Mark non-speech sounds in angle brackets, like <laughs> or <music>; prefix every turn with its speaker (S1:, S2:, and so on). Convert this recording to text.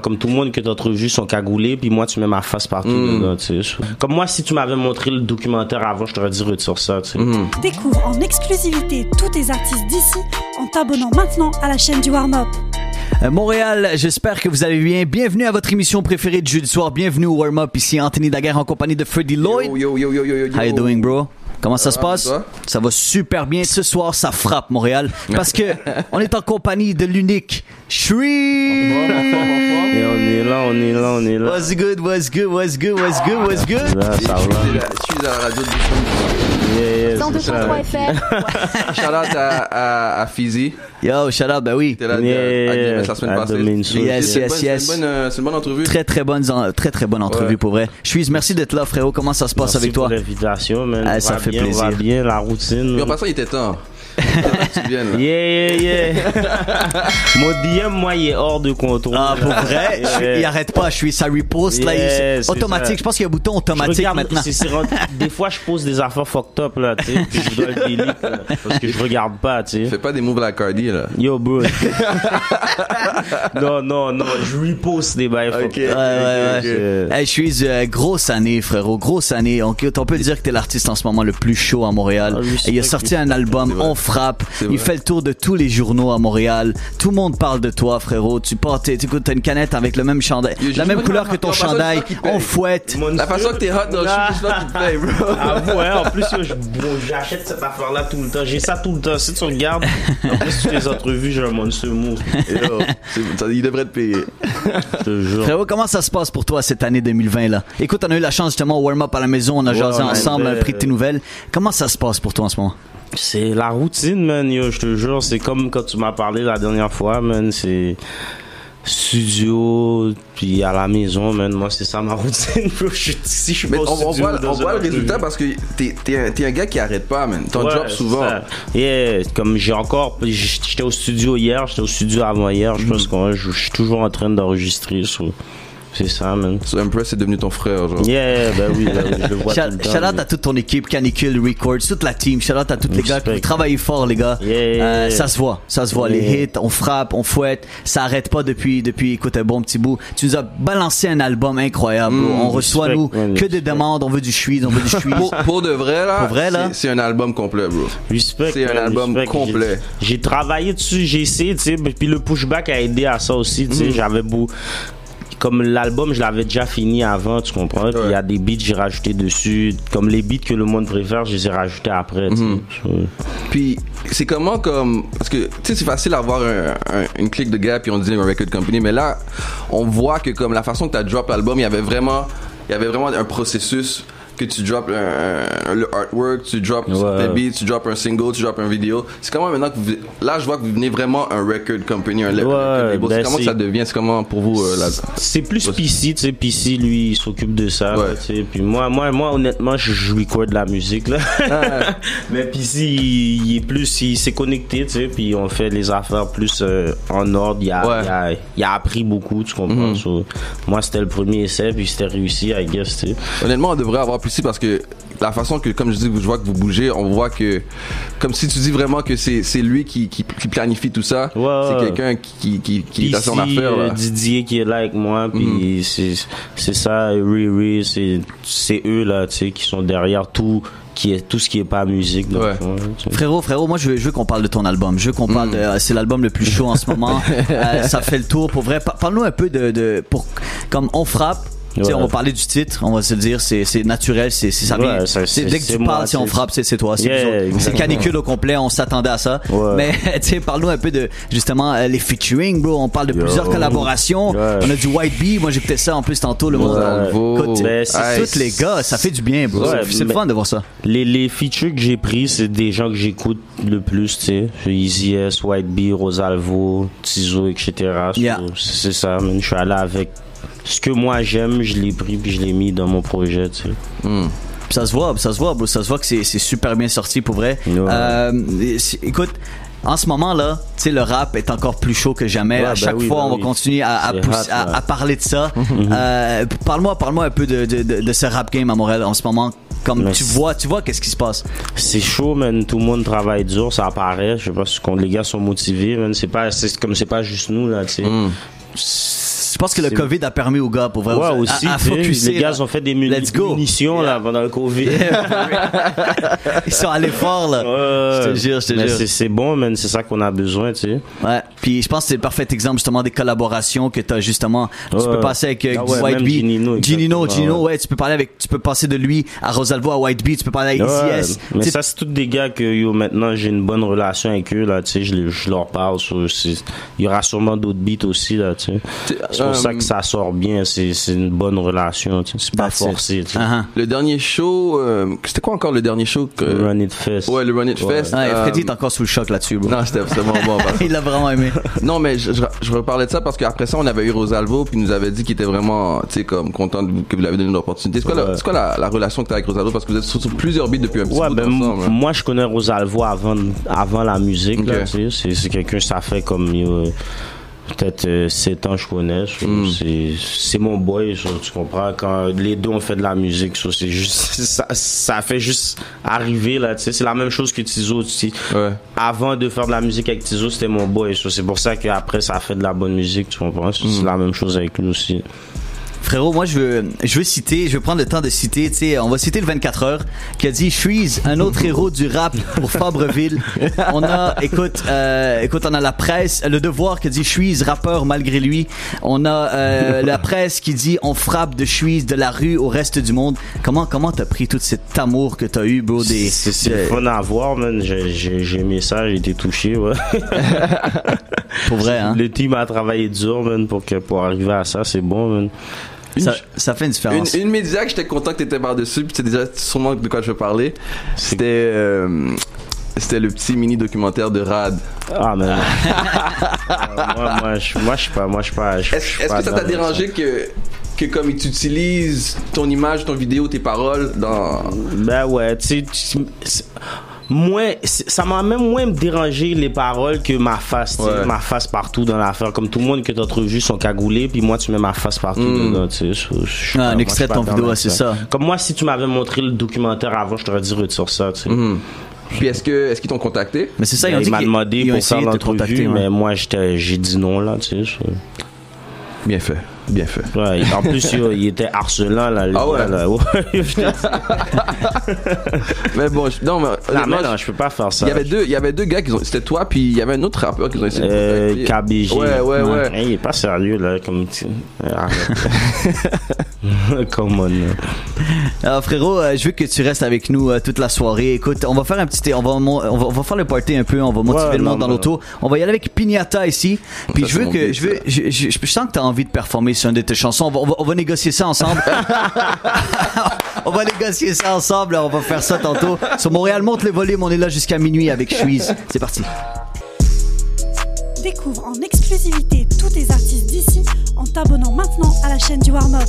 S1: Comme tout le monde que t'as entrevu sont cagoulés, puis moi, tu mets ma face partout.
S2: Mm.
S1: dedans, tu sais. Comme moi, si tu m'avais montré le documentaire avant, je t'aurais dit retire ça. tu sais.
S2: Mm.
S3: Découvre en exclusivité tous tes artistes d'ici en t'abonnant maintenant à la chaîne du Warm Up.
S2: Euh, Montréal, j'espère que vous allez bien. Bienvenue à votre émission préférée du jeudi soir. Bienvenue au Warm Up. Ici Anthony Daguerre en compagnie de Freddy Lloyd.
S4: Yo, yo, yo, yo, yo, yo.
S2: How you doing, bro? Comment ça se
S4: va,
S2: passe?
S4: toi?
S2: Ça va super bien. Ce soir, ça frappe Montréal parce
S4: <laughs>
S2: que on est en compagnie de l'unique Shree.
S1: Et on est là, on est là, on est là.
S2: What's good? What's good? What's good? What's good? What's good?
S1: Là, ça va.
S4: Je suis à la radio de Bouchon.
S1: Yeah, yeah, c'est ça.
S5: 102.3 FM.
S4: Shout out à, à, à Fizzy.
S2: Yo, shout out. Ben oui.
S4: T'es là
S1: Yeah,
S4: de, à Guinness la semaine
S1: à
S4: passée.
S1: Domine Soul.
S4: C'est-
S2: Yes,
S4: c'est une
S2: yes,
S4: bonne-
S2: yes.
S4: C'est une bonne, euh, c'est une bonne entrevue.
S2: Très très bonne en- très très bonne entrevue
S4: Ouais.
S2: pour vrai. Shuiz, merci d'être là frérot. Comment ça se passe
S1: Merci
S2: avec toi?
S1: pour l'invitation, man.
S2: Ah,
S1: On
S2: ça
S1: va
S2: fait
S1: bien, On va
S2: plaisir.
S1: bien, la routine.
S4: Mais en passant, il était temps. Il était temps que tu viennes, là.
S1: Yeah, yeah, yeah.
S2: <laughs>
S1: Mon DM, moi, il est hors de contrôle.
S2: Ah, pour vrai?
S1: <laughs> Yeah.
S2: Je- Il arrête pas, je suis, ça repost, là,
S1: Yeah,
S2: il-
S1: c'est ça.
S2: automatique, je pense qu'il y a un bouton
S1: Je
S2: automatique
S1: regarde-
S2: maintenant.
S1: c'est- c'est
S4: <laughs>
S1: rendu- des fois, je pose des affaires fucked up, là, tu sais, puis je dois le delete, là, parce que je regarde pas, tu sais.
S4: Fais pas des moves à la Cardi, là.
S1: Yo, <laughs> bro. non, non, non, je repose des bails fucked up.
S2: Ouais, ouais,
S1: ok,
S2: ouais.
S1: ok.
S2: Hey, je suis euh, grosse année, frérot, grosse année. On, on peut dire que t'es l'artiste en ce moment le plus chaud à Montréal.
S1: Ah, oui, c'est
S2: Et il a
S1: vrai
S2: sorti un album, On frappe. Il
S4: vrai.
S2: fait le tour de tous les journaux à Montréal. Tout le monde parle de toi, frérot. Tu portes, tu- écoute, t'as une canette avec le même chandail,
S4: Yo, j'ai
S2: la même
S4: pas
S2: couleur que
S4: remarqué,
S2: ton
S4: en passant,
S2: chandail.
S4: c'est toi qui paye.
S2: On fouette.
S1: Mon
S4: La façon que t'es hot dans le
S1: Ah.
S4: show, c'est là qui te paye, bro.
S1: Ah ouais, en plus, yo, je- bon, j'achète cette affaire-là tout le temps. J'ai ça tout le temps. Si tu regardes, en plus, toutes les entrevues, j'ai un monster move.
S4: <laughs> Yo, c'est- ça- il devrait te payer.
S1: Je te jure.
S2: Frérot, comment ça se passe pour toi cette année 2020 là Écoute, on a eu la chance justement au warm-up à la maison, on a jasé
S1: on a
S2: ensemble,
S1: fait- euh,
S2: un prix de tes nouvelles. Comment ça se passe pour toi en ce moment
S1: C'est la routine, man, yo, je te jure. C'est comme quand tu m'as parlé la dernière fois, man. C'est studio, puis à la maison, man. Moi, c'est ça ma <laughs> routine, bro. Je, suis- si je suis
S4: Mais
S1: pas au
S4: on, on
S1: studio
S4: voit,
S1: dans
S4: on
S1: une
S4: voit le
S1: entrevue.
S4: résultat parce que t'es t'es un, t'es un gars qui arrête pas, man. Ton
S1: Ouais,
S4: job souvent.
S1: ça. Yeah, comme j'ai encore. j- J'étais au studio hier, j'étais au studio avant-hier. Je
S4: Mm.
S1: pense que je je suis toujours en train d'enregistrer. so, C'est ça, man.
S4: So, Empress est devenu ton frère, genre.
S1: Yeah, ben oui, ben oui, je le vois tout le
S2: Shout
S1: temps.
S2: shout out
S1: mais-
S2: à toute ton équipe, Canicule Records, toute la team. Shout out à tous les gars
S1: Respect.
S2: qui travaillent fort, les gars. Euh,
S1: Yeah, yeah, yeah.
S2: ça se voit, ça se voit. Les
S1: Yeah.
S2: hits, on frappe, on fouette. Ça arrête pas depuis, depuis, écoute, un bon petit bout. Tu nous as balancé un album incroyable. bro. on
S1: Mm,
S2: reçoit,
S1: respect,
S2: nous,
S1: man,
S2: que des
S1: respect.
S2: demandes. On veut du chouise,
S1: <laughs>
S2: on veut du chouise.
S4: Pour, pour de vrai, là,
S2: Pour vrai, là.
S4: c'est- c'est un album complet, bro.
S1: Respect,
S4: C'est un
S1: man,
S4: album
S1: respect.
S4: complet.
S1: J'ai j'ai travaillé dessus, j'ai essayé, tu sais, puis le pushback a aidé à ça aussi, tu sais,
S4: Mm.
S1: j'avais beau comme l'album, je l'avais déjà fini avant, tu comprends? Puis il y a des beats que j'ai rajouté dessus, comme les beats que le monde préfère, je les ai rajoutés après, tu sais.
S4: Mm.
S1: So,
S4: Puis c'est comment comme parce que tu sais c'est facile d'avoir un- un- une clique de gars puis on dit un record company mais là on voit que comme la façon que t'as drop l'album il y avait vraiment il y avait vraiment un processus que tu drops un- un- le artwork tu drops tes beats tu drops un single tu drops un vidéo c'est comment maintenant que vous, là je vois que vous venez vraiment un record company un le-
S1: Ouais,
S4: record label.
S1: ben,
S4: c'est comment que ça
S1: c'est-
S4: devient c'est comment pour vous euh, là
S1: C'est plus PC, tu sais, PC, lui, il s'occupe de ça,
S4: Ouais.
S1: là, tu sais. Puis moi, moi, moi, honnêtement, je, je record de la musique, là.
S4: Ah.
S1: <laughs> Mais PC, il, il est plus, il s'est connecté, tu sais, puis on fait les affaires plus euh, en ordre. Il a,
S4: Ouais. Mhm.
S1: il, a, il a appris beaucoup, tu comprends. So, moi, c'était le premier essai, puis c'était réussi, I guess, tu sais.
S4: Honnêtement, on devrait avoir plus parce que la façon que, comme je dis, je vois que vous bougez, on voit que, comme si tu dis vraiment que c'est c'est lui qui, qui, qui planifie tout ça,
S1: Ouais, ouais.
S4: c'est quelqu'un qui, qui, qui est
S1: Puis
S4: à son
S1: ici,
S4: affaire.
S1: euh,
S4: Là. Mhm.
S1: Didier qui est là avec moi, puis c'est- c'est ça, Riri, c'est c'est eux, là, tu sais, qui sont derrière tout, qui est, tout ce qui est pas musique, dans le
S4: Ouais.
S1: fond, tu sais.
S2: Frérot, frérot, moi je veux, je veux qu'on parle de ton album. Je veux qu'on
S1: Mm.
S2: parle de. euh, c'est l'album le plus chaud en ce
S1: <laughs>
S2: moment. Euh, ça fait le tour pour vrai. Par- Parle-nous un peu de. de- pour, comme on frappe. tu
S1: Ouais.
S2: sais On va parler du titre, on va se le dire, c'est c'est naturel, c'est c'est- ça
S1: Ouais,
S2: vient.
S1: ça,
S2: c'est-
S1: c'est-
S2: dès que
S1: c'est
S2: tu
S1: moi,
S2: parles, si on
S1: c'est-
S2: frappe, c'est c'est toi. c'est
S1: Yeah,
S2: nous autres. C'est
S1: exactement.
S2: canicule au complet, on s'attendait à ça.
S1: Ouais.
S2: Mais <laughs> tu sais, parle-nous un peu de justement euh, les featuring, bro. On parle de plusieurs collaborations.
S1: Ouais.
S2: On a du White Bee, moi j'ai peut-être ça en plus tantôt le monde.
S4: Bravo.
S2: Écoute,
S1: Ben, c'est-
S2: tous les gars, ça fait du bien, bro.
S1: Ouais,
S2: C'est- c'est le
S1: mais-
S2: fun de voir ça.
S1: Les, les features que j'ai pris, c'est des gens que j'écoute le plus, tu sais. C'est Easy S, White Bee, Rosalvo, Tizo, etc. So,
S2: Yeah.
S1: C'est c'est ça, man. Je suis allé avec ce que moi j'aime, je l'ai pris puis je l'ai mis dans mon projet, tu sais.
S2: Puis ça se voit, ça se voit, bro. Ça se voit que c'est c'est super bien sorti pour vrai.
S1: Ouais.
S2: Euh, c'est- écoute. En ce moment là, tu sais, le rap est encore plus chaud que jamais.
S1: Ouais,
S2: à
S1: bah
S2: chaque
S1: oui,
S2: fois,
S1: bah
S2: on va
S1: oui.
S2: continuer à, à
S1: C'est
S2: pousser-
S1: hot,
S2: à-
S1: là.
S2: à parler
S1: <laughs>
S2: de ça. Euh, parle-moi, parle-moi un peu de, de, de, de ce rap game à Montréal en ce moment. Comme
S1: Mais
S2: tu
S1: c'est-
S2: vois, tu vois qu'est-ce qui se passe.
S1: C'est chaud, man. Tout le monde travaille dur, ça apparaît.
S2: Mm.
S1: Je sais pas si les gars sont motivés, man. C'est pas, c'est comme c'est pas juste nous, là, tu sais. C'est-
S2: je pense que le
S1: C'est-
S2: COVID a permis aux gars pour vrai
S1: Ouais,
S2: à-
S1: aussi,
S2: à,
S1: tu sais,
S2: focuser,
S1: les gars
S2: là.
S1: ont fait des muni-
S2: Let's go.
S1: munitions là, pendant le Covid.
S2: <laughs> Ils sont allés fort là.
S1: Ouais.
S2: Je te jure, je te
S1: Mais
S2: jure.
S1: c'est- C'est bon, man, c'est ça qu'on a besoin, tu sais.
S2: Ouais. Puis je pense que c'est le parfait exemple justement des collaborations que t'as justement. Tu
S1: Ouais.
S2: peux passer avec euh,
S1: Ah ouais,
S2: White
S1: même
S2: Bee,
S1: Ginino, exactement.
S2: Ginino, Ginino,
S1: Ouais.
S2: ouais. Tu peux parler avec, tu peux passer de lui à Rosalvo à White Bee, tu peux parler à
S1: Ouais,
S2: ECS.
S1: mais
S2: Tu sais,
S1: ça, c'est tous des gars que yo, maintenant j'ai une bonne relation avec eux, là, tu sais, je, les- je leur parle. so, c'est- Il y aura sûrement d'autres beats aussi, là, tu sais.
S4: T'sais,
S1: C'est pour
S4: euh,
S1: ça que ça sort bien, c'est c'est une bonne relation, tu sais. C'est pas
S2: that's it.
S1: forcé, tu sais.
S2: Ah, ah.
S4: Le dernier show, euh, c'était quoi encore le dernier show que...
S1: Run It Fest.
S4: Ouais, le Run It Fest.
S2: ah. Ouais,
S4: euh,
S2: Freddy est encore sous le choc là-dessus, bro.
S4: Non, c'était absolument bon. par
S2: <laughs>
S4: contre.
S2: Il l'a
S1: <laughs>
S2: vraiment aimé.
S4: Non, mais je, je, je reparlais de ça parce qu'après ça, on avait eu Rosalvo, puis il nous avait dit qu'il était vraiment, tu sais, comme content de- que vous lui avez donné une opportunité. C'est quoi, la,
S1: Ouais.
S4: c'est quoi la, la relation que t'as avec Rosalvo Parce que vous êtes sur, sur plusieurs beats depuis un petit
S1: Ouais,
S4: bout
S1: ben,
S4: ensemble.
S1: m-
S4: hein.
S1: moi je connais Rosalvo avant, avant la musique. là,
S4: Ok.
S1: tu sais. c'est c'est quelqu'un, ça fait comme euh, peut-être 7 ans je connais. so,
S4: Hmm.
S1: c'est- C'est mon boy, so, tu comprends? Quand les deux ont fait de la musique, so, c'est juste, <laughs> ça, ça fait juste arriver. là, tu sais. C'est la même chose que Tizo. tu sais.
S4: Ouais.
S1: Avant de faire de la musique avec Tizo, c'était mon boy. so, c'est pour ça qu'après ça fait de la bonne musique, tu comprends? So,
S4: Hmm.
S1: C'est la même chose avec lui aussi.
S2: Frérot, moi, je veux, je veux citer, je veux prendre le temps de citer, tu sais, on va citer le 24 heures, qui a dit, je suis un autre héros du rap pour Fabreville. On a, écoute, euh, écoute, on a la presse, le devoir qui a dit, je suis rappeur malgré lui. On a, euh, la presse qui dit, on frappe de Suisse de la rue au reste du monde. Comment, comment t'as pris tout cet amour que t'as eu, bro, des,
S1: C'est c'est
S2: de-
S1: fun à voir, man. J'ai- J'ai j'ai aimé ça, j'ai été touché, ouais.
S2: pour vrai, hein?
S1: Le team a travaillé dur, man, pour, que, pour arriver à ça, c'est bon, man.
S2: Ça, ça fait une
S4: Une,
S2: différence.
S4: une média que j'étais content que t'étais par-dessus, puis tu sais déjà sûrement de quoi je veux parler. C'était. euh, c'était le petit mini documentaire de Rad.
S1: Ah,
S2: <laughs>
S1: man. Euh, moi, moi, je moi, je suis pas, moi, je suis pas. je- je
S4: Est-ce
S1: suis
S4: est-ce
S1: pas
S4: que ça t'a
S1: dans
S4: dérangé que, que comme ils t'utilisent ton image, ton vidéo, tes paroles dans.
S1: Ben ouais, tu sais, tu- c'est- moins, c'est- ça m'a même moins dérangé les paroles que ma face, tu sais,
S4: Ouais.
S1: ma face partout dans l'affaire. Comme tout le monde que t'as trouvé sont cagoulés, puis moi tu mets ma face partout
S4: Hmm.
S1: dedans, tu sais. je- je- je-
S2: Ah, un
S1: moi,
S2: extrait de
S1: je suis
S2: ton
S1: pas dans
S2: vidéo,
S1: la-
S2: c'est ça.
S1: Comme moi, si tu m'avais montré le documentaire avant, je t'aurais dit retire ça, tu sais.
S4: Puis est-ce que est-ce qu'ils t'ont contacté
S2: Mais c'est ça, ils ont
S1: Ben,
S2: dit
S1: il m'a
S2: qu'ils-
S1: demandé
S2: ils ont
S1: pour faire
S2: essayé de te
S1: l'entrevue,
S2: contacter. ouais.
S1: mais moi j'étais- j'ai dit non là, tu sais. ça.
S4: Bien fait, bien fait.
S1: Ouais, et en plus, yo, il était harcelant, là. le
S4: Ah ouais?
S1: gars, là. Ouais, <laughs> je te dis,
S4: <laughs> Mais bon, je- non, mais
S1: là,
S4: honnêtement,
S1: mais non, je peux pas faire ça.
S4: il y avait deux, il y avait deux gars qui ont, c'était toi puis il y avait un autre rappeur qui ont essayé de
S1: Euh,
S4: contacter.
S1: KBG.
S4: Ouais, ouais, ouais.
S1: Hey, il est pas sérieux, là, comme... tu- Euh,
S4: <laughs>
S1: arrête. <laughs> Come on, là.
S2: Alors frérot, euh, je veux que tu restes avec nous euh, toute la soirée. Écoute, on va faire un petit, on va, mon- on va, on va faire le party un peu, on va motiver
S1: Ouais,
S2: le monde
S1: non,
S2: dans
S1: non.
S2: l'auto. On va y aller avec Pignata ici. Puis
S4: Ça,
S2: je veux
S4: c'est
S2: que,
S4: mon but,
S2: je veux, je, je, je- je sens que t'as envie de performer sur une de tes chansons. On va, on va, on va négocier ça ensemble.
S4: <laughs>
S2: on va négocier ça ensemble. On va faire ça tantôt. Sur Montréal, monte le volume. On est là jusqu'à minuit avec Suisse. C'est parti.
S3: Découvre en exclusivité tous les artistes d'ici en t'abonnant maintenant à la chaîne du Warm Up.